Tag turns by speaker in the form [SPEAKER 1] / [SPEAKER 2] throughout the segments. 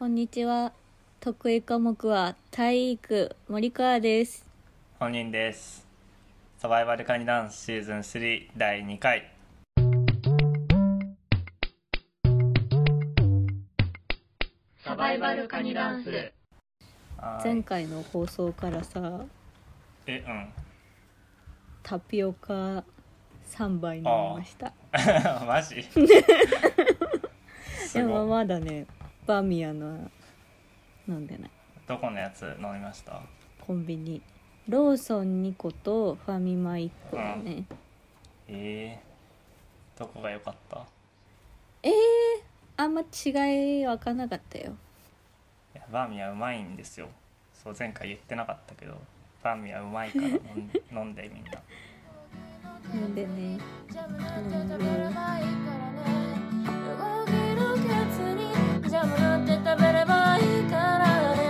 [SPEAKER 1] こんにちは。得意科目は体育、森川です。
[SPEAKER 2] 本人ですサバイバルカニダンスシーズン3第2回
[SPEAKER 3] サバイバルカニダンス
[SPEAKER 2] はー
[SPEAKER 1] 前
[SPEAKER 2] い
[SPEAKER 1] 回の放送からさ、
[SPEAKER 2] えうん
[SPEAKER 1] タピオカ3杯飲みました。
[SPEAKER 2] マジす
[SPEAKER 1] でも
[SPEAKER 2] ご
[SPEAKER 1] ま
[SPEAKER 2] い
[SPEAKER 1] だね、バーミヤンの飲んでない。
[SPEAKER 2] どこのやつ飲みました
[SPEAKER 1] コンビニ。ローソン2個とファミマ1個だね。
[SPEAKER 2] えー、どこが良かったい
[SPEAKER 1] えー、あんま違いわかんなかったよ。
[SPEAKER 2] やバーミヤンうまいんですよそう前回言ってなかったけどバーミヤンうまいから飲ん 飲んでみんな
[SPEAKER 1] なんでね、
[SPEAKER 4] ジャムなんて食べればいいからね動けるケツにジャムなんて食べればいいからね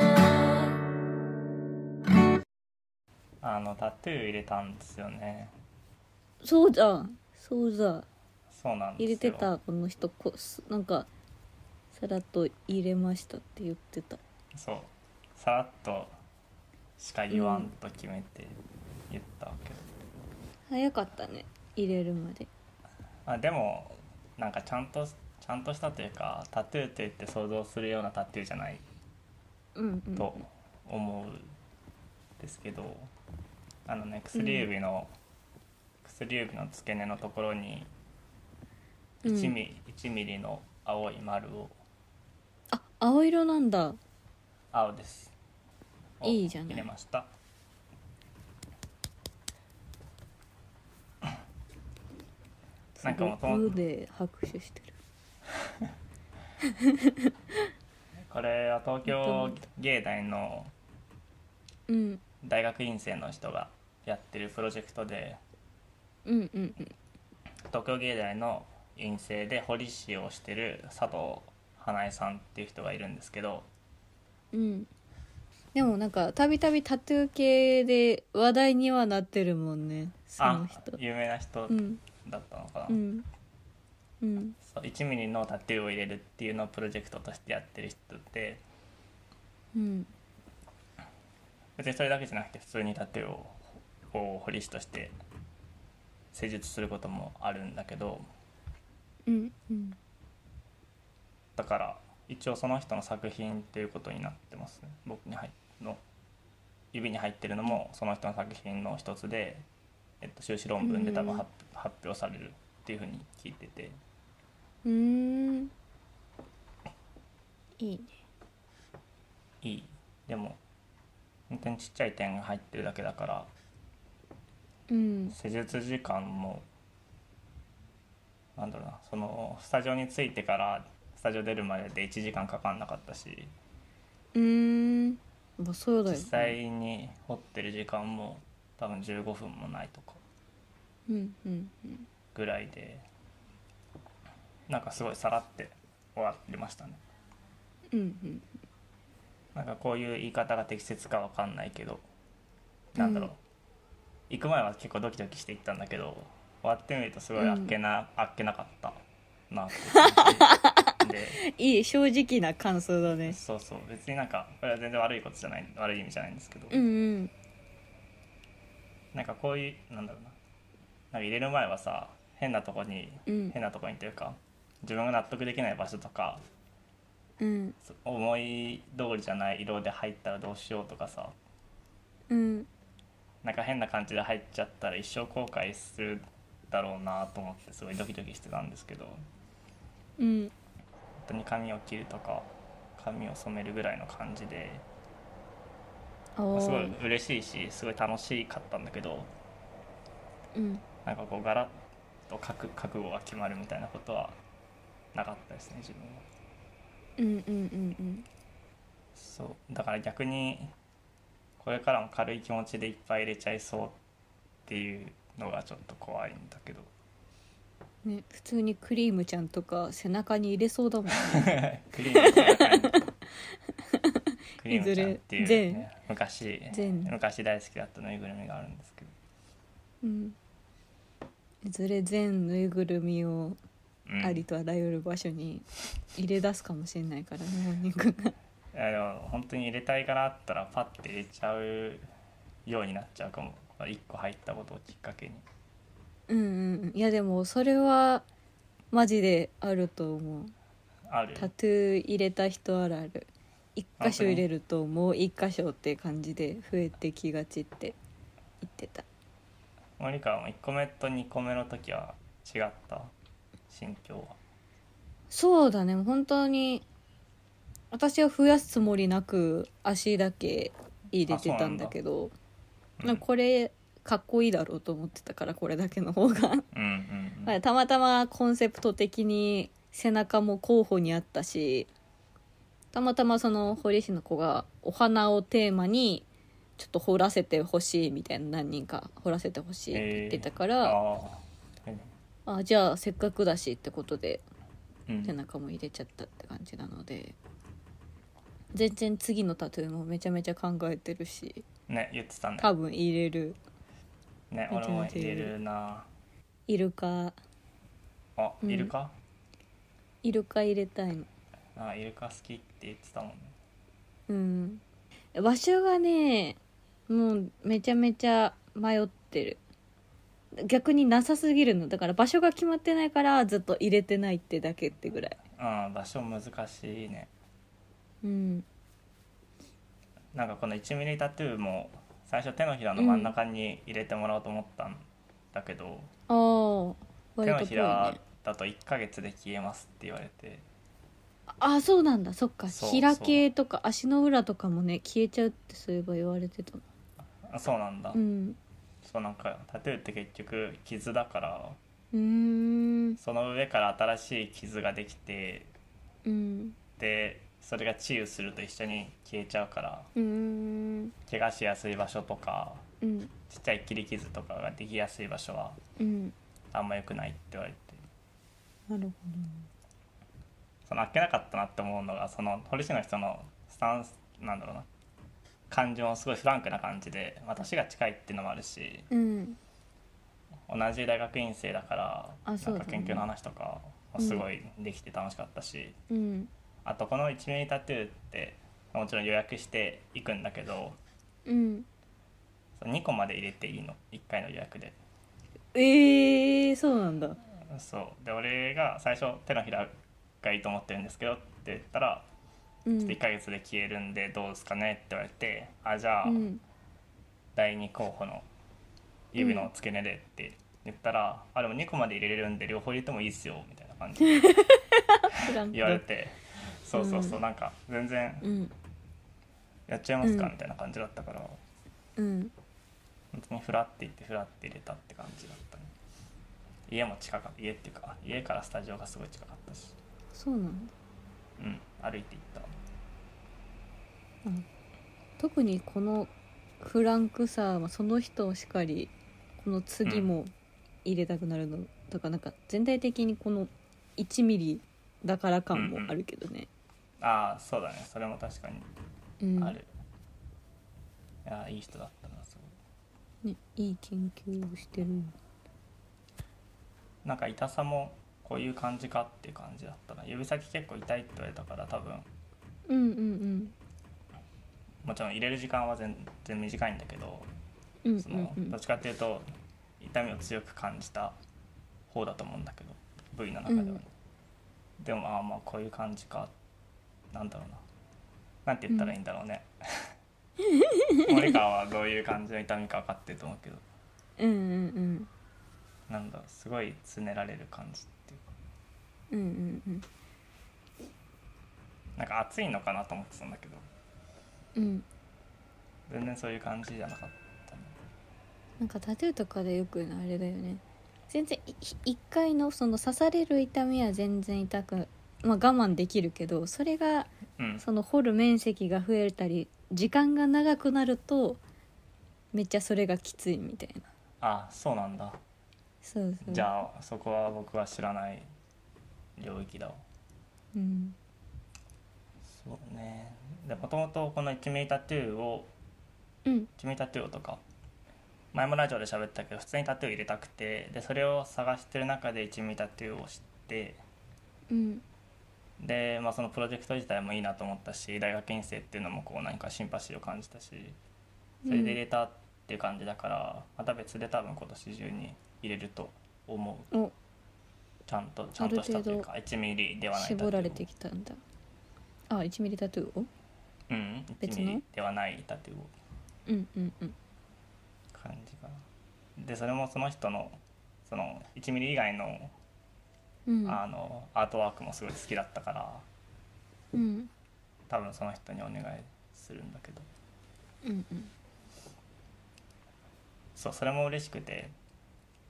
[SPEAKER 2] あのタトゥー入れたんですよね
[SPEAKER 1] そうじゃん。そうじゃん。
[SPEAKER 2] そうなんです
[SPEAKER 1] 入れ
[SPEAKER 2] よ
[SPEAKER 1] てたこの人こすなんかさらっと入れましたって言ってた
[SPEAKER 2] そうさらっとしか言わんと決めて言ったわけど、
[SPEAKER 1] 早かったね入れるまで
[SPEAKER 2] あでもなんかちゃんとちゃんとしたというかタトゥーって言って想像するようなタトゥーじゃない
[SPEAKER 1] うんうん
[SPEAKER 2] と思うんですけど、あのね薬指の、薬指の付け根のところに
[SPEAKER 1] うん
[SPEAKER 2] 1ミリ,、1ミリの青い丸を
[SPEAKER 1] あ青色なんだ
[SPEAKER 2] 青ですを
[SPEAKER 1] いいじゃない
[SPEAKER 2] 入れましたなんかもとも
[SPEAKER 1] すごいで拍手してる
[SPEAKER 2] これは東京芸大の
[SPEAKER 1] うん
[SPEAKER 2] 大学院生の人がやってるプロジェクトで
[SPEAKER 1] うんうんうん
[SPEAKER 2] 東京芸大の院生で彫り師をしてる佐藤花江さんっていう人がいるんですけど
[SPEAKER 1] うんでもなんかたびたびタトゥー系で話題にはなってるもんねその
[SPEAKER 2] あ
[SPEAKER 1] 人
[SPEAKER 2] 有名な人
[SPEAKER 1] うん
[SPEAKER 2] だったのかな、
[SPEAKER 1] うんうん
[SPEAKER 2] そう1ミリのタトゥーを入れるっていうのをプロジェクトとしてやってる人で
[SPEAKER 1] うん
[SPEAKER 2] 別にそれだけじゃなくて普通にタトゥーをこう彫り師として施術することもあるんだけど
[SPEAKER 1] うんうん
[SPEAKER 2] だから一応その人の作品っていうことになってますね僕に入っの指に入ってるのもその人の作品の一つで、えっと、修士論文で多分発発表されるっていうふうに聞いてて
[SPEAKER 1] うーんいいね
[SPEAKER 2] いいでも本当にちっちゃい点が入ってるだけだから
[SPEAKER 1] うん
[SPEAKER 2] 施術時間もなんだろうなそのスタジオに着いてからスタジオ出るまでで1時間かかんなかったし
[SPEAKER 1] うーんまあそうだよ
[SPEAKER 2] 実
[SPEAKER 1] ね
[SPEAKER 2] 際に掘ってる時間も多分15分もないとか。
[SPEAKER 1] うんうんうん
[SPEAKER 2] ぐらいでなんかすごいさらって終わりましたね
[SPEAKER 1] うんうん
[SPEAKER 2] なんかこういう言い方が適切かわかんないけどなんだろう、
[SPEAKER 1] うん
[SPEAKER 2] 行く前は結構ドキドキして行ったんだけど終わってみるとすごいあっけな、あっけなかったなって感じ で
[SPEAKER 1] いい正直な感想だね
[SPEAKER 2] そうそう別になんかこれは全然悪いことじゃない悪い意味じゃないんですけど、
[SPEAKER 1] うんうん
[SPEAKER 2] なんかこういうなんだろうななんか入れる前はさ変なとこに、
[SPEAKER 1] うん
[SPEAKER 2] 変なとこにというか自分が納得できない場所とか
[SPEAKER 1] うん
[SPEAKER 2] 思い通りじゃない色で入ったらどうしようとかさ
[SPEAKER 1] うん
[SPEAKER 2] なんか変な感じで入っちゃったら一生後悔するだろうなと思ってすごいドキドキしてたんですけど本
[SPEAKER 1] うん
[SPEAKER 2] 当に髪を切るとか髪を染めるぐらいの感じで
[SPEAKER 1] あ
[SPEAKER 2] まあすご
[SPEAKER 1] あ
[SPEAKER 2] い嬉しいしすごい楽しかったんだけど
[SPEAKER 1] うん
[SPEAKER 2] なんかこうガラッと覚覚悟が決まるみたいなことはなかったですね自分は。
[SPEAKER 1] うんうんうんうん
[SPEAKER 2] そうだから逆にこれからも軽い気持ちでいっぱい入れちゃいそうっていうのがちょっと怖いんだけど
[SPEAKER 1] ね普通にクリームちゃんとか背中に入れそうだもんね
[SPEAKER 2] クリームちゃんクリームちゃんってい、
[SPEAKER 1] いうずれ
[SPEAKER 2] ね、昔
[SPEAKER 1] 全
[SPEAKER 2] 昔大好きだったぬいぐるみがあるんですけど、
[SPEAKER 1] うんいずれ全ぬいぐるみを
[SPEAKER 2] うん
[SPEAKER 1] ありとあらゆる場所に入れ出すかもしれないからねモーニングが
[SPEAKER 2] いやでも本当に入れたいからあったらパッて入れちゃうようになっちゃうかも1個入ったことをきっかけに
[SPEAKER 1] うんうんうんいやでもそれはマジであると思う
[SPEAKER 2] ある
[SPEAKER 1] タトゥー入れた人あるある一箇所入れるともう一箇所って感じで増えてきがちって言ってた
[SPEAKER 2] 森川も1個目と2個目の時は違った心境は
[SPEAKER 1] そうだね本当に私は増やすつもりなく足だけ入れてたんだけど
[SPEAKER 2] うん
[SPEAKER 1] なんかこれかっこいいだろうと思ってたからこれだけの方が、
[SPEAKER 2] うんうん
[SPEAKER 1] まあ たまたまコンセプト的に背中も候補にあったしたまたまその堀市の子がお花をテーマにちょっと掘らせてほしいみたいな何人か掘らせてほしいって言ってたか
[SPEAKER 2] うん
[SPEAKER 1] ら、
[SPEAKER 2] ああうん
[SPEAKER 1] あじゃあせっかくだしってことで
[SPEAKER 2] うん
[SPEAKER 1] 背中も入れちゃったって感じなので全然次のタトゥーもめちゃめちゃ考えてるし
[SPEAKER 2] ね言ってたね
[SPEAKER 1] 多分入れる
[SPEAKER 2] ね俺も入れるな
[SPEAKER 1] イルカ
[SPEAKER 2] あ
[SPEAKER 1] うん
[SPEAKER 2] イルカ、
[SPEAKER 1] イルカ入れたいの
[SPEAKER 2] あイルカ好きって言ってたもんね
[SPEAKER 1] うん場所がねもうめちゃめちゃ迷ってる逆になさすぎるのだから場所が決まってないからずっと入れてないってだけってぐらい
[SPEAKER 2] うん場所難しいね
[SPEAKER 1] うん
[SPEAKER 2] なんかこの1ミリタトゥーも最初手のひらの真ん中に入れてもらおうと思ったんだけど、
[SPEAKER 1] ああ割
[SPEAKER 2] 手
[SPEAKER 1] と
[SPEAKER 2] の
[SPEAKER 1] ぽい
[SPEAKER 2] ひ
[SPEAKER 1] ね
[SPEAKER 2] らだと1ヶ月で消えますって言われて
[SPEAKER 1] あそうなんだそっか
[SPEAKER 2] そう
[SPEAKER 1] ひら系とか足の裏とかもね消えちゃうってそういえば言われてたの
[SPEAKER 2] あそうなんだ、
[SPEAKER 1] うん
[SPEAKER 2] そうなんかタトゥーって結局傷だから
[SPEAKER 1] うーん
[SPEAKER 2] その上から新しい傷ができて
[SPEAKER 1] うん
[SPEAKER 2] でそれが治癒すると一緒に消えちゃうから
[SPEAKER 1] うーん
[SPEAKER 2] 怪我しやすい場所とか
[SPEAKER 1] うん
[SPEAKER 2] ちっちゃい切り傷とかができやすい場所は
[SPEAKER 1] うん
[SPEAKER 2] あんま良くないって言われて
[SPEAKER 1] なるほ
[SPEAKER 2] そのあっけなかったなって思うのがその堀市の人のスタンスなんだろうな感情もすごいフランクな感じで私が近いっていうのもあるし
[SPEAKER 1] どうん
[SPEAKER 2] 同じ大学院生だから
[SPEAKER 1] あそう
[SPEAKER 2] な
[SPEAKER 1] だ
[SPEAKER 2] ん
[SPEAKER 1] ね
[SPEAKER 2] か研究の話とかもすごいできて楽しかったし、
[SPEAKER 1] うん
[SPEAKER 2] あとこの一ミリタトゥーってもちろん予約していくんだけど
[SPEAKER 1] うん
[SPEAKER 2] その2個まで入れていいの1回の予約で
[SPEAKER 1] えー、そうなんだ
[SPEAKER 2] そうで俺が最初手のひらがいいと思ってるんですけどって言ったら
[SPEAKER 1] う
[SPEAKER 2] 1
[SPEAKER 1] ん
[SPEAKER 2] ヶ月で消えるんでどうですかねって言われてあじゃあ、
[SPEAKER 1] うん
[SPEAKER 2] 第2候補の指の付け根でって言ったら、あでも2個まで入れれるんで両方入れてもいいっすよみたいな感じで
[SPEAKER 1] フランク
[SPEAKER 2] 言われてそうそうそ う、
[SPEAKER 1] うん
[SPEAKER 2] なんか全然
[SPEAKER 1] うん
[SPEAKER 2] やっちゃいますか、
[SPEAKER 1] うん
[SPEAKER 2] みたいな感じだったから
[SPEAKER 1] うん
[SPEAKER 2] 本当にフラって言ってフラって入れたって感じだったね家も近かった家っていうか家からスタジオがすごい近かったし
[SPEAKER 1] そうなんだ
[SPEAKER 2] うん歩いて行った
[SPEAKER 1] 特にこのフランクさはその人をしかりこの次も入れたくなるの、だからなんか全体的にこの1ミリだから感もあるけどね、
[SPEAKER 2] ああそうだねそれも確かに
[SPEAKER 1] うん
[SPEAKER 2] ある、いやーいい人だったなすごい
[SPEAKER 1] ね、いい研究をしてる
[SPEAKER 2] なんか痛さもこういう感じかっていう感じだったな指先結構痛いって言われたから多分
[SPEAKER 1] うんうん
[SPEAKER 2] もちろん入れる時間は全然短いんだけど
[SPEAKER 1] うんうん
[SPEAKER 2] その
[SPEAKER 1] うん
[SPEAKER 2] どっちかっていうと痛みを強く感じた方だと思うんだけど部位の中ではね、でもああまあこういう感じかなんだろうななんて言ったらいいんだろう ね、森川はどういう感じの痛みか分かってると思うけど
[SPEAKER 1] うんうんうん
[SPEAKER 2] なんだろうすごいつねられる感じっていうか
[SPEAKER 1] うんうんうん
[SPEAKER 2] なんか熱いのかなと思ってたんだけど
[SPEAKER 1] うん
[SPEAKER 2] 全然そういう感じじゃなかったね
[SPEAKER 1] なんかタトゥーとかでよくあれだよね全然い一回のその刺される痛みは全然痛く、まあ、我慢できるけどそれが
[SPEAKER 2] うん
[SPEAKER 1] その掘る面積が増えたり時間が長くなるとめっちゃそれがきついみたいな
[SPEAKER 2] あそうなんだ
[SPEAKER 1] そうそう
[SPEAKER 2] じゃあそこは僕は知らない領域だわ
[SPEAKER 1] うん
[SPEAKER 2] そうねでもともとこの一ミリタトゥーを
[SPEAKER 1] うん
[SPEAKER 2] 一ミリタトゥーをとか前もラジオで喋ったけど普通にタトゥー入れたくてでそれを探してる中で一ミリタトゥーを知って
[SPEAKER 1] うん
[SPEAKER 2] で、まあ、そのプロジェクト自体もいいなと思ったし大学院生っていうのもこう何かシンパシーを感じたしそれで入れたっていう感じだから、また別で多分今年中に入れると思う
[SPEAKER 1] お
[SPEAKER 2] ちゃんとちゃんとしたというか1ミリではない
[SPEAKER 1] 絞られてきたんだあ1ミリタトゥーを
[SPEAKER 2] うん1
[SPEAKER 1] 別
[SPEAKER 2] ミ
[SPEAKER 1] の
[SPEAKER 2] リではないタトゥーを
[SPEAKER 1] うんうんうん
[SPEAKER 2] 感じかなでそれもその人のその1ミリ以外の,、
[SPEAKER 1] うん
[SPEAKER 2] あのアートワークもすごい好きだったから
[SPEAKER 1] うん
[SPEAKER 2] 多分その人にお願いするんだけど
[SPEAKER 1] うん
[SPEAKER 2] そうそれも嬉しくて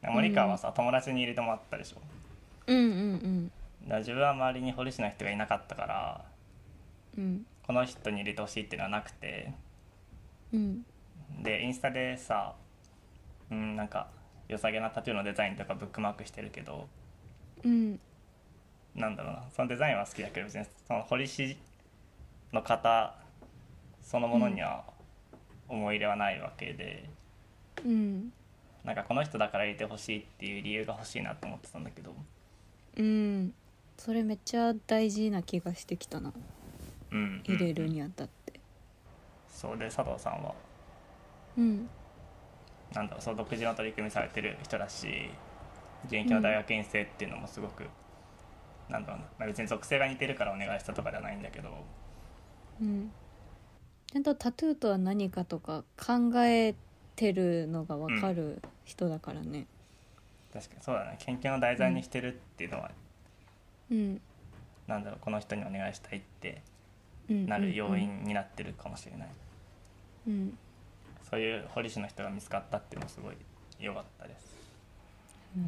[SPEAKER 2] 森川はさ、友達に入れてもらったでしょ
[SPEAKER 1] うんうんうん
[SPEAKER 2] だから自分は周りに堀市の人がいなかったから
[SPEAKER 1] うん
[SPEAKER 2] この人に入れてほしいっていうのはなくて
[SPEAKER 1] うん
[SPEAKER 2] でインスタでさうんなんか良さげなタトゥーのデザインとかブックマークしてるけど
[SPEAKER 1] うん
[SPEAKER 2] なんだろうなそのデザインは好きだけど別にその堀市の方そのものには思い入れはないわけで、
[SPEAKER 1] うん
[SPEAKER 2] なんかこの人だから入れてほしいっていう理由が欲しいなと思ってたんだけど
[SPEAKER 1] うんそれめっちゃ大事な気がしてきたな
[SPEAKER 2] うん
[SPEAKER 1] 入れる
[SPEAKER 2] うん
[SPEAKER 1] にあたって
[SPEAKER 2] そうで佐藤さんは
[SPEAKER 1] うん
[SPEAKER 2] なんだろうその独自の取り組みされてる人だし現役の大学院生っていうのもすごく、なんだろうな、まあ、別に属性が似てるからお願いしたとかではないんだけど
[SPEAKER 1] うんちゃんとタトゥーとは何かとか考えてるのが分かる人だからね
[SPEAKER 2] 確かにそうだね研究の題材にしてるっていうのは、
[SPEAKER 1] うん
[SPEAKER 2] なんだろうこの人にお願いしたいって
[SPEAKER 1] うん
[SPEAKER 2] なる要因になってるかもしれない、
[SPEAKER 1] うん
[SPEAKER 2] そういう堀市の人が見つかったっていうのもすごい良かったです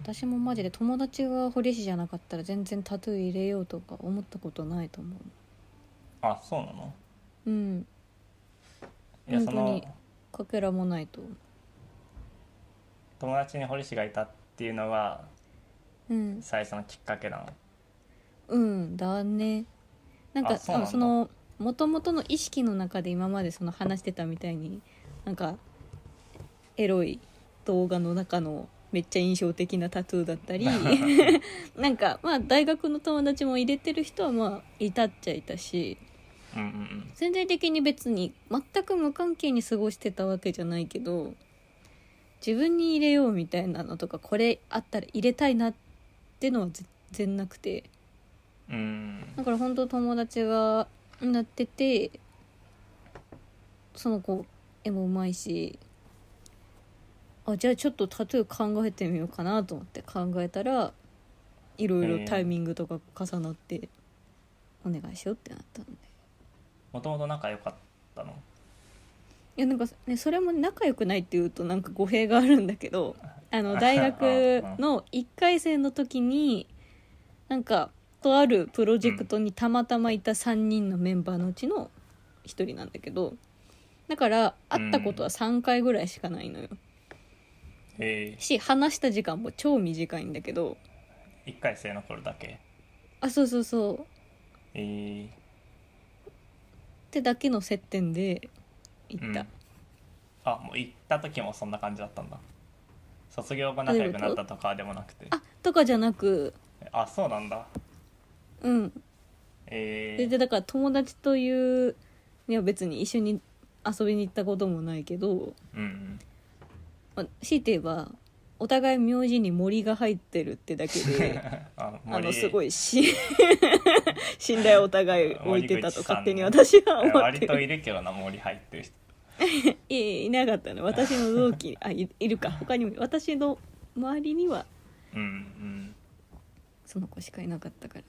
[SPEAKER 1] 私もマジで友達が堀市じゃなかったら全然タトゥー入れようとか思ったことないと思
[SPEAKER 2] あそうなの
[SPEAKER 1] ううん
[SPEAKER 2] いや
[SPEAKER 1] 本
[SPEAKER 2] そ
[SPEAKER 1] 当
[SPEAKER 2] の
[SPEAKER 1] にかけらもないと思
[SPEAKER 2] 友達に堀市がいたっていうのが
[SPEAKER 1] ううん
[SPEAKER 2] 最初のきっかけなの
[SPEAKER 1] うんだねなんか
[SPEAKER 2] あそうなんだ
[SPEAKER 1] そのもともとの意識の中で今までその話してたみたいになんかエロい動画の中のめっちゃ印象的なタトゥーだった りなんかまあ大学の友達も入れてる人はまあいたっちゃいたし
[SPEAKER 2] うんうん
[SPEAKER 1] 全体的に別に全く無関係に過ごしてたわけじゃないけど自分に入れようみたいなのとかこれあったら入れたいなってのは全然なくて。
[SPEAKER 2] うんうん
[SPEAKER 1] だから本当友達がなっててその子絵もうまいしあじゃあちょっとタトゥー考えてみようかなと思って考えたらいろいろタイミングとか重なってお願いしようってなったんで
[SPEAKER 2] もともと仲良かったの
[SPEAKER 1] いやなんか、ね、それも仲良くないっていうとなんか語弊があるんだけどあ
[SPEAKER 2] あ
[SPEAKER 1] の大学の1回生の時になんかとあるプロジェクトにたまたまいた3人のメンバーのうちの1人なんだけどだから会ったことは3回ぐらいしかないのよ
[SPEAKER 2] え
[SPEAKER 1] し話した時間も超短いんだけど
[SPEAKER 2] え1回生の頃だけ
[SPEAKER 1] あそうそうそう
[SPEAKER 2] え
[SPEAKER 1] ってだけの接点で
[SPEAKER 2] え
[SPEAKER 1] 行った、
[SPEAKER 2] あもう行った時もそんな感じだったんだ卒業後仲良くなったとかでもなくて
[SPEAKER 1] あとかじゃなく
[SPEAKER 2] あそうなんだ
[SPEAKER 1] うん
[SPEAKER 2] ええ
[SPEAKER 1] ででだから友達というには別に一緒に遊びに行ったこともないけど、
[SPEAKER 2] うんうん
[SPEAKER 1] まあ、強いて言えばお互い名字に森が入ってるってだけで
[SPEAKER 2] あ
[SPEAKER 1] あのすご
[SPEAKER 2] い
[SPEAKER 1] いし 信頼をお互い置いてたと勝手に私は思っ
[SPEAKER 2] 割
[SPEAKER 1] て
[SPEAKER 2] と
[SPEAKER 1] る
[SPEAKER 2] いるけどな森入ってる人
[SPEAKER 1] いやいやいなかったの私の同期あいいるか他にも私の周りには
[SPEAKER 2] うん
[SPEAKER 1] その子しかいなかったから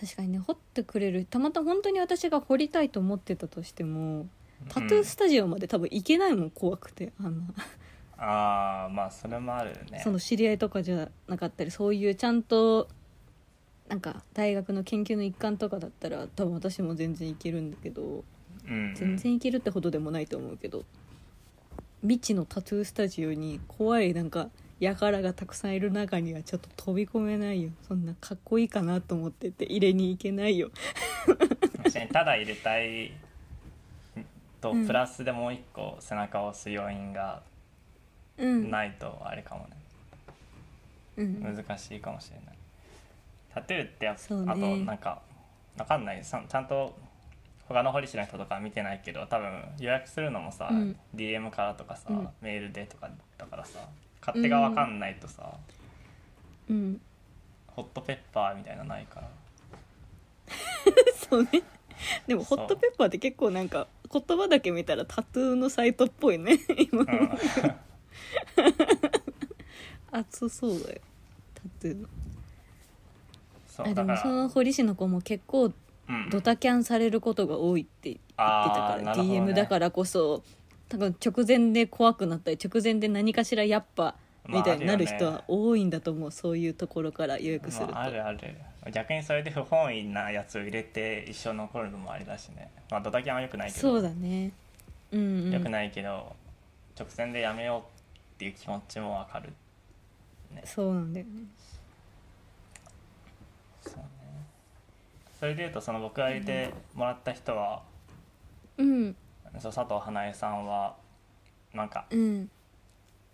[SPEAKER 1] 確かにね掘ってくれるたまたま本当に私が掘りたいと思ってたとしても
[SPEAKER 2] うん
[SPEAKER 1] タトゥースタジオまで多分行けないもん怖くてあんな
[SPEAKER 2] うん、ああまあそれもあるね
[SPEAKER 1] その知り合いとかじゃなかったりそういうちゃんとなんか大学の研究の一環とかだったら多分私も全然行けるんだけど
[SPEAKER 2] うん
[SPEAKER 1] 全然行けるってほどでもないと思うけど未知のタトゥースタジオに怖いなんか輩がたくさんいる中にはちょっと飛び込めないよそんなかっこいいかなと思ってて入れに行けないよ
[SPEAKER 2] 確かにただ入れたいと
[SPEAKER 1] うん
[SPEAKER 2] プラスでもう一個背中を押す要因が
[SPEAKER 1] うん
[SPEAKER 2] ないとあれかもね、
[SPEAKER 1] うん
[SPEAKER 2] 難しいかもしれないタトゥーってやっぱ、
[SPEAKER 1] そうね
[SPEAKER 2] あとなんかわかんないさちゃんと他の堀市の人とか見てないけど多分予約するのもさ、
[SPEAKER 1] うん
[SPEAKER 2] DM からとかさ、
[SPEAKER 1] うん
[SPEAKER 2] メールでとかだからさ勝手がわかんないとさ、
[SPEAKER 1] うん
[SPEAKER 2] ホットペッパーみたいなのないから
[SPEAKER 1] そうねでもホ
[SPEAKER 2] そう
[SPEAKER 1] ットペッパーって結構なんか言葉だけ見たらタトゥーのサイトっぽいね 今
[SPEAKER 2] うん
[SPEAKER 1] 熱そうだよタトゥー
[SPEAKER 2] そ
[SPEAKER 1] あ
[SPEAKER 2] う
[SPEAKER 1] で
[SPEAKER 2] だか
[SPEAKER 1] も
[SPEAKER 2] ら
[SPEAKER 1] その堀市の子も結構
[SPEAKER 2] うん
[SPEAKER 1] ドタキャンされることが多いって言ってた
[SPEAKER 2] あ
[SPEAKER 1] か
[SPEAKER 2] ーな
[SPEAKER 1] ら、
[SPEAKER 2] るほどね
[SPEAKER 1] DM だからこそ多分直前で怖くなったり直前で何かしらやっぱ
[SPEAKER 2] まあ
[SPEAKER 1] みたいになる
[SPEAKER 2] ある
[SPEAKER 1] 人
[SPEAKER 2] よね
[SPEAKER 1] は多いんだと思う、そういうところから予約すると、
[SPEAKER 2] まあ、あるある逆にそれで不本意なやつを入れて一生残るのもありだしねまあドタキャンは良くないけど
[SPEAKER 1] そうだねうん、う
[SPEAKER 2] 良く
[SPEAKER 1] ん、
[SPEAKER 2] ないけど直線でやめようっていう気持ちもわかる
[SPEAKER 1] そうなんだよね
[SPEAKER 2] そうねそれでいうとその僕が入れてもらった人は、
[SPEAKER 1] うん
[SPEAKER 2] そう佐藤花江さんはなんか
[SPEAKER 1] うん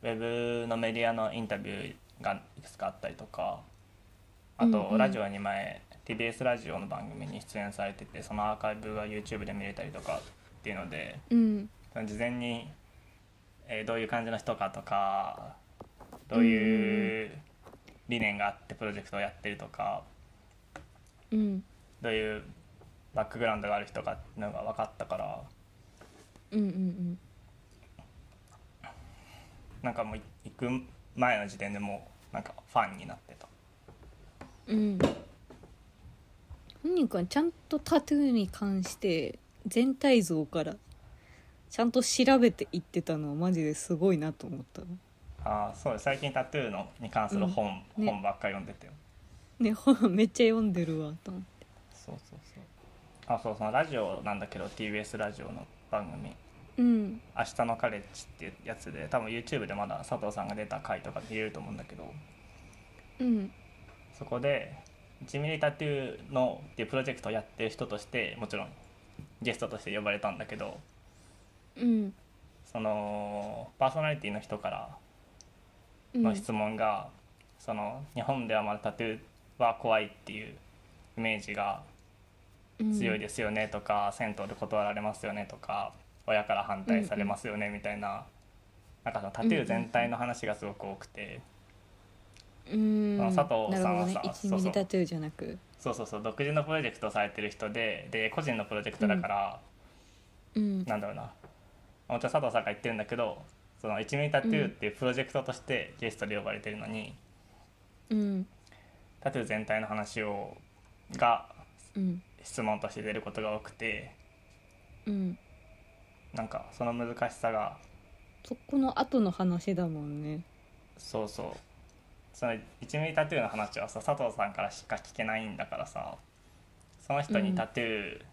[SPEAKER 2] ウェブのメディアのインタビューがいくつかあったりとかあ
[SPEAKER 1] うん
[SPEAKER 2] と
[SPEAKER 1] うん
[SPEAKER 2] ラジオに前 TBS ラジオの番組に出演されててそのアーカイブが YouTube で見れたりとかっていうので
[SPEAKER 1] うん
[SPEAKER 2] 事前に、えーどういう感じの人かとかどういうう理念があってプロジェクトをやってるとか
[SPEAKER 1] うん
[SPEAKER 2] どういうバックグラウンドがある人かっていうのが分かったから
[SPEAKER 1] うんうん
[SPEAKER 2] なんかもうい行く前の時点でもうなんかファンになってた
[SPEAKER 1] うんうん本人くんはちゃんとタトゥーに関して全体像からちゃんと調べていってたのはマジですごいなと思ったの
[SPEAKER 2] ああそうです最近タトゥーのに関する本、
[SPEAKER 1] うんね
[SPEAKER 2] 本ばっかり読んでて
[SPEAKER 1] ね 本めっちゃ読んでるわと思って
[SPEAKER 2] そうそうそうあそうそのラジオなんだけど TBS ラジオの番組
[SPEAKER 1] うん
[SPEAKER 2] 「明日のカレッジ」っていうやつで多分 YouTube でまだ佐藤さんが出た回とか見れると思うんだけど
[SPEAKER 1] うん
[SPEAKER 2] そこで1ミリタトゥーのっていうプロジェクトをやってる人としてもちろんゲストとして呼ばれたんだけど
[SPEAKER 1] うん
[SPEAKER 2] そのパーソナリティの人から
[SPEAKER 1] うん
[SPEAKER 2] の質問が、その日本ではまだタトゥーは怖いっていうイメージが強いですよねとか、銭湯で断られますよねとか親から反対されますよねみたいな,、なんかそのタトゥー全体の話がすごく多くて、
[SPEAKER 1] うん
[SPEAKER 2] その佐藤さんはさ
[SPEAKER 1] なるほどね
[SPEAKER 2] そうそう
[SPEAKER 1] 1ミリタトゥーじゃなく
[SPEAKER 2] そうそうそう独自のプロジェクトをされてる人でで個人のプロジェクトだから、
[SPEAKER 1] うん
[SPEAKER 2] なんだろうなもちろん佐藤さんが言ってるんだけどその一ミリタトゥーっていうプロジェクトとしてゲストで呼ばれてるのに、
[SPEAKER 1] うん
[SPEAKER 2] タトゥー全体の話をが
[SPEAKER 1] うん
[SPEAKER 2] 質問として出ることが多くて
[SPEAKER 1] うん
[SPEAKER 2] なんかその難しさが
[SPEAKER 1] そこの後の話だもんね
[SPEAKER 2] そうそうその一ミリタトゥーの話はさ佐藤さんからしか聞けないんだからさその人
[SPEAKER 1] う
[SPEAKER 2] に
[SPEAKER 1] ん
[SPEAKER 2] タトゥー、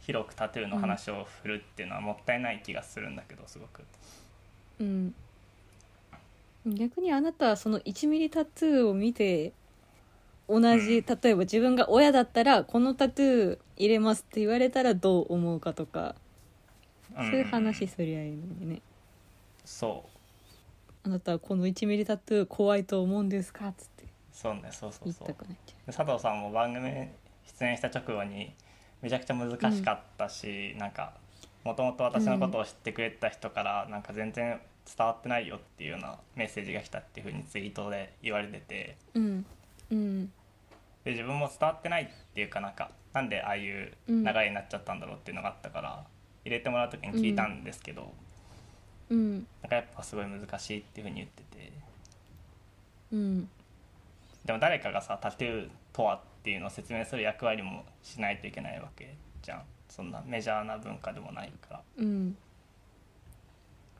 [SPEAKER 2] 広くタトゥーの話を振るっていうのはもったいない気がするんだけどすごく
[SPEAKER 1] うん逆にあなたはその1ミリタトゥーを見て同じ、例えば自分が親だったらこのタトゥー入れますって言われたらどう思うかとか
[SPEAKER 2] う
[SPEAKER 1] そうんいう話すりゃいいのにね、
[SPEAKER 2] そう
[SPEAKER 1] あなたはこの1ミリタトゥー怖いと思うんですか?」っつって
[SPEAKER 2] そうねそうそう
[SPEAKER 1] 言い
[SPEAKER 2] そう
[SPEAKER 1] たくなっちゃ
[SPEAKER 2] で佐藤さんも番組出演した直後にめちゃくちゃ難しかったし、なんかもともと私のことを知ってくれた人から、なんか全然伝わってないよっていうようなメッセージが来たっていうふうにツイートで言われてて
[SPEAKER 1] ううんうん
[SPEAKER 2] で自分も伝わってないっていうかなんかなんでああいう流れになっちゃったんだろうっていうのがあったから、入れてもらう時に聞いたんですけど、
[SPEAKER 1] うん
[SPEAKER 2] なんかやっぱすごい難しいっていうふうに言ってて
[SPEAKER 1] うん
[SPEAKER 2] でも誰かがさタトゥーとはっていうのを説明する役割もしないといけないわけじゃんそんなメジャーな文化でもないから
[SPEAKER 1] うん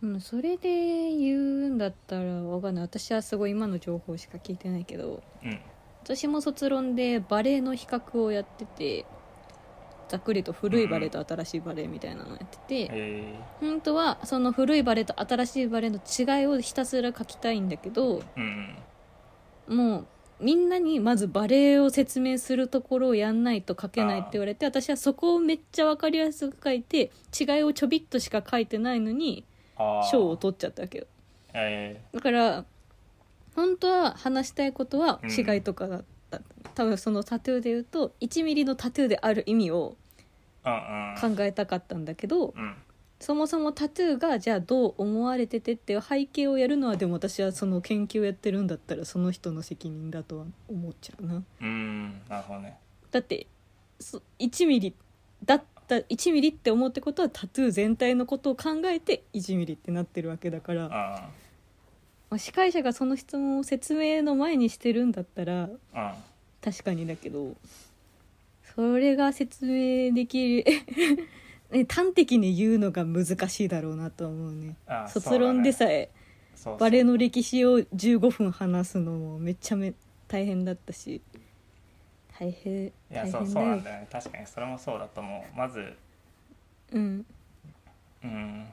[SPEAKER 1] うんそれで言うんだったらわかんない私はすごい今の情報しか聞いてないけど
[SPEAKER 2] うん
[SPEAKER 1] 私も卒論でバレエの比較をやっててざっくりと古いバレエと新しいバレエみたいなのをやってて、
[SPEAKER 2] え
[SPEAKER 1] 本当はその古いバレエと新しいバレエの違いをひたすら書きたいんだけど
[SPEAKER 2] ー、うん
[SPEAKER 1] もうみんなにまずバレエを説明するところをやんないと書けないって言われて私はそこをめっちゃ分かりやすく書いて違いをちょびっとしか書いてないのに
[SPEAKER 2] ああ
[SPEAKER 1] 賞を取っちゃったわけよ
[SPEAKER 2] え
[SPEAKER 1] だから本当は話したいことは違いとかだった、多分そのタトゥーで言うと1ミリのタトゥーである意味を
[SPEAKER 2] うんうん
[SPEAKER 1] 考えたかったんだけど、
[SPEAKER 2] うん
[SPEAKER 1] そもそもタトゥーがじゃあどう思われててっていう背景をやるのはでも私はその研究やってるんだったらその人の責任だとは思っちゃうな。
[SPEAKER 2] うんなるほどね
[SPEAKER 1] だってそ1ミリだった1ミリって思うってことはタトゥー全体のことを考えて1ミリってなってるわけだから、ま
[SPEAKER 2] あ
[SPEAKER 1] あ、司会者がその質問を説明の前にしてるんだったら
[SPEAKER 2] あ
[SPEAKER 1] 確かにだけどそれが説明できる ね端的に言うのが難しいだろうなとは思うね
[SPEAKER 2] ああ
[SPEAKER 1] 卒論でさえ、
[SPEAKER 2] そうだねそうそう
[SPEAKER 1] バレエの歴史を15分話すのもめちゃめ大変だったし大変
[SPEAKER 2] いや
[SPEAKER 1] 大変
[SPEAKER 2] そうそうなんだよね確かにそれもそうだと思うまず
[SPEAKER 1] うん
[SPEAKER 2] うん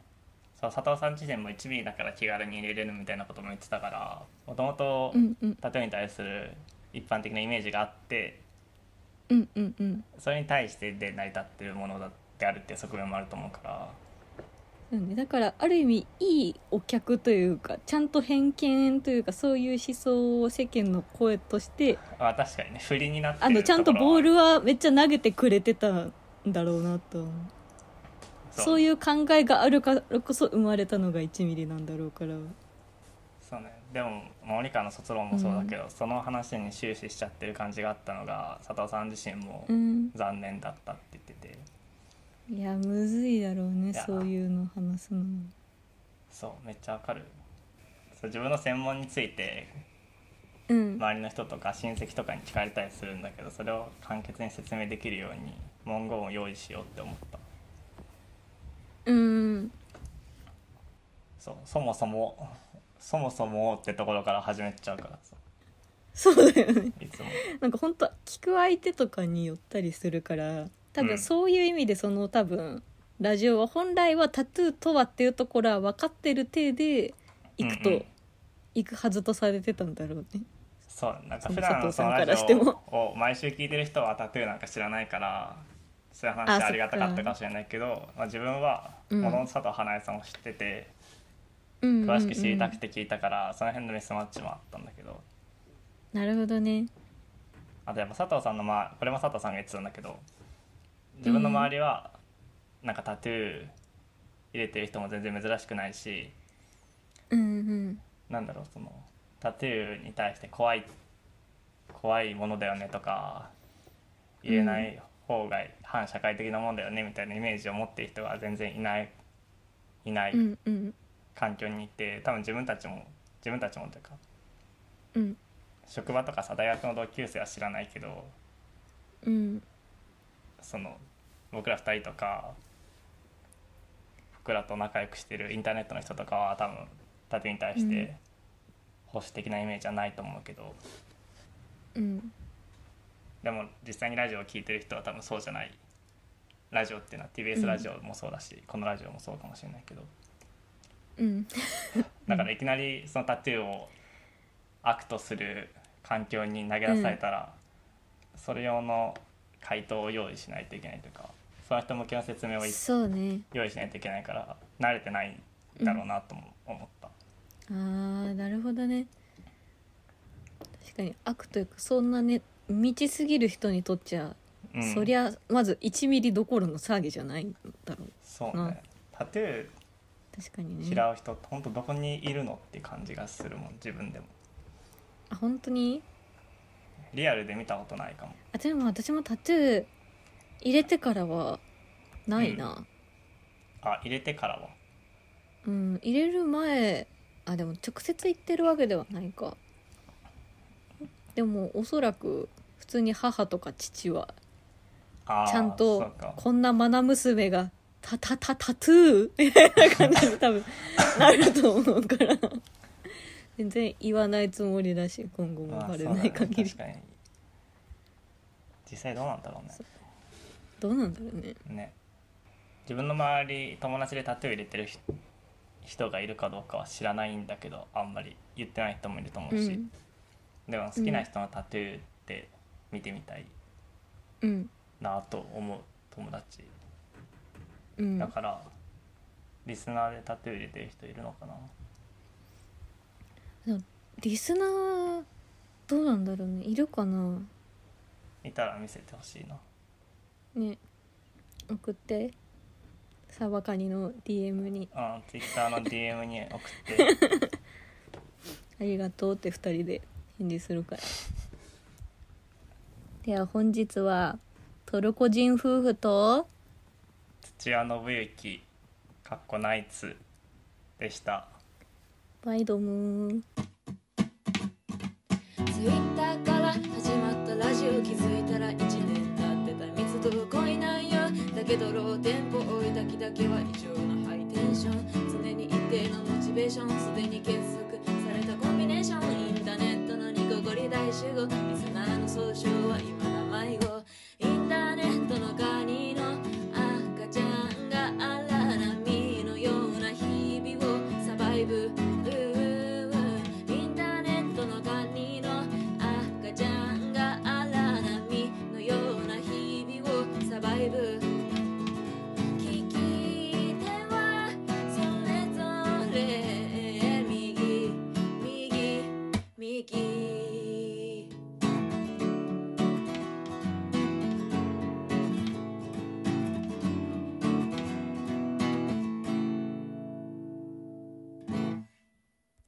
[SPEAKER 2] そう佐藤さん自身も1ミリだから気軽に入れれるみたいなことも言ってたからもともと
[SPEAKER 1] うんうん
[SPEAKER 2] タトゥーに対する一般的なイメージがあって
[SPEAKER 1] うんうんうん
[SPEAKER 2] それに対してで成り立ってるものだってあるっていう側面もあると思うから
[SPEAKER 1] そうね、だからある意味いいお客というかちゃんと偏見というかそういう思想を世間の声として
[SPEAKER 2] あ確かにね振りになってる
[SPEAKER 1] あのちゃんと
[SPEAKER 2] ころ
[SPEAKER 1] ボールはめっちゃ投げてくれてたんだろうなと思うそう
[SPEAKER 2] そう
[SPEAKER 1] いう考えがあるからこそ生まれたのが1ミリなんだろうから
[SPEAKER 2] そうねでも森川の卒論もそうだけど、その話に終始しちゃってる感じがあったのが佐藤さん自身も
[SPEAKER 1] うん
[SPEAKER 2] 残念だったって言ってて、
[SPEAKER 1] いやむずいだろうね
[SPEAKER 2] いや
[SPEAKER 1] そういうの話すの
[SPEAKER 2] そうめっちゃわかるそう自分の専門について
[SPEAKER 1] うん、
[SPEAKER 2] 周りの人とか親戚とかに聞かれたりするんだけどそれを簡潔に説明できるように文言を用意しようって思った
[SPEAKER 1] うん
[SPEAKER 2] そうそもそもそもそもってところから始めちゃうから
[SPEAKER 1] そ
[SPEAKER 2] そ
[SPEAKER 1] うだよね
[SPEAKER 2] ういつも
[SPEAKER 1] なんか本当聞く相手とかによったりするから多
[SPEAKER 2] う
[SPEAKER 1] 分
[SPEAKER 2] ん
[SPEAKER 1] そういう意味でその多分ラジオは本来はタトゥーとはっていうところは分かってる体で行くと、
[SPEAKER 2] うんうん
[SPEAKER 1] 行くはずとされてたんだろうね。
[SPEAKER 2] そうなんか
[SPEAKER 1] その
[SPEAKER 2] 普
[SPEAKER 1] 佐
[SPEAKER 2] 段の
[SPEAKER 1] 藤
[SPEAKER 2] そ
[SPEAKER 1] さん
[SPEAKER 2] の
[SPEAKER 1] か
[SPEAKER 2] ラ
[SPEAKER 1] ら
[SPEAKER 2] ジ
[SPEAKER 1] しても
[SPEAKER 2] オを毎週聞いてる人はタトゥーなんか知らないからそういう
[SPEAKER 1] あそっ
[SPEAKER 2] 話
[SPEAKER 1] か
[SPEAKER 2] ありがたかったかもしれないけどまあ、自分は
[SPEAKER 1] うん
[SPEAKER 2] ものの佐藤花江さんを知ってて詳
[SPEAKER 1] 詳
[SPEAKER 2] しく知りたくて聞いたから、その辺のミスマッチもあったんだけど
[SPEAKER 1] なるほどね。
[SPEAKER 2] あとやっぱ佐藤さんの、まあ、これも佐藤さんが言ってたんだけど自分の周りはなんかタトゥー入れてる人も全然珍しくないし
[SPEAKER 1] うんうん。
[SPEAKER 2] なんだろうそのタトゥーに対して怖い怖いものだよねとか入れない方が反社会的なもんだよねみたいなイメージを持ってる人が全然いないいない
[SPEAKER 1] うんうん
[SPEAKER 2] 環境にいて多分自分たちも自分たちもというか
[SPEAKER 1] うん
[SPEAKER 2] 職場とかさ大学の同級生は知らないけど
[SPEAKER 1] うん
[SPEAKER 2] その僕ら2人とか僕らと仲良くしてるインターネットの人とかは多分タトゥーに対し
[SPEAKER 1] うん
[SPEAKER 2] て保守的なイメージはないと思うけど、
[SPEAKER 1] うん。
[SPEAKER 2] でも実際にラジオを聴いてる人は多分そうじゃないラジオっていうのは
[SPEAKER 1] う
[SPEAKER 2] TBS
[SPEAKER 1] ん
[SPEAKER 2] ラジオもそうだし、このラジオもそうかもしれないけど
[SPEAKER 1] うん、
[SPEAKER 2] だからいきなりそのタトゥーを悪とする環境に投げ出されたら、それ用の回答を用意しないといけないというかその人向けの説明をい
[SPEAKER 1] そうね
[SPEAKER 2] 用意しないといけないから慣れてないんだろうなとも思った、
[SPEAKER 1] あーなるほどね確かに悪というかそんなね満ちすぎる人にとっちゃ
[SPEAKER 2] うん
[SPEAKER 1] そりゃまず1ミリどころの騒ぎじゃないんだろう
[SPEAKER 2] そうね、タトゥ
[SPEAKER 1] 確かに
[SPEAKER 2] ー
[SPEAKER 1] ね
[SPEAKER 2] 嫌う人って本当どこにいるのって感じがするもん自分でも
[SPEAKER 1] あ本当に
[SPEAKER 2] リアルで見たことないかも
[SPEAKER 1] あでも私もタトゥー入れてからはないな
[SPEAKER 2] あ入れてからは
[SPEAKER 1] うん、入れる前あでも直接行ってるわけではないかでもおそらく普通に母とか父は
[SPEAKER 2] あー
[SPEAKER 1] ちゃん
[SPEAKER 2] そ
[SPEAKER 1] と
[SPEAKER 2] うか
[SPEAKER 1] こんなマナ娘がタタタタトゥーみたいな感 じに多分なると思うから全然言わないつもりだし今後も
[SPEAKER 2] まあ
[SPEAKER 1] バレない限り、
[SPEAKER 2] そうだね確かに実際どうなんだろうね
[SPEAKER 1] どうなんだろうね
[SPEAKER 2] ね自分の周り友達でタトゥー入れてる人人がいるかどうかは知らないんだけどあんまり言ってない人もいると思うし、
[SPEAKER 1] うん
[SPEAKER 2] でも好きな人のタトゥーって見てみたい
[SPEAKER 1] うん
[SPEAKER 2] なと思う友達
[SPEAKER 1] うん
[SPEAKER 2] だから、リスナーでタトゥー入れてる人いるのかな
[SPEAKER 1] でもリスナーどうなんだろうねいるかない
[SPEAKER 2] たら見せてほしいな
[SPEAKER 1] ね送ってサバカニの DM に
[SPEAKER 2] あツイッターの DM に送って
[SPEAKER 1] 「ありがとう」って2人で返事するからでは本日はトルコ人夫婦と
[SPEAKER 2] 土屋信之かっこナイツでした
[SPEAKER 1] バイドムーン
[SPEAKER 4] ツイッターから始まったラジオ気づいたら1年経ってた密度が濃いなんよだけどローテンポ追いだきだけは異常なハイテンション常に一定のモチベーションすでに結束されたコンビネーションインターネットのニコゴリ大集合リスナーの総称は今だ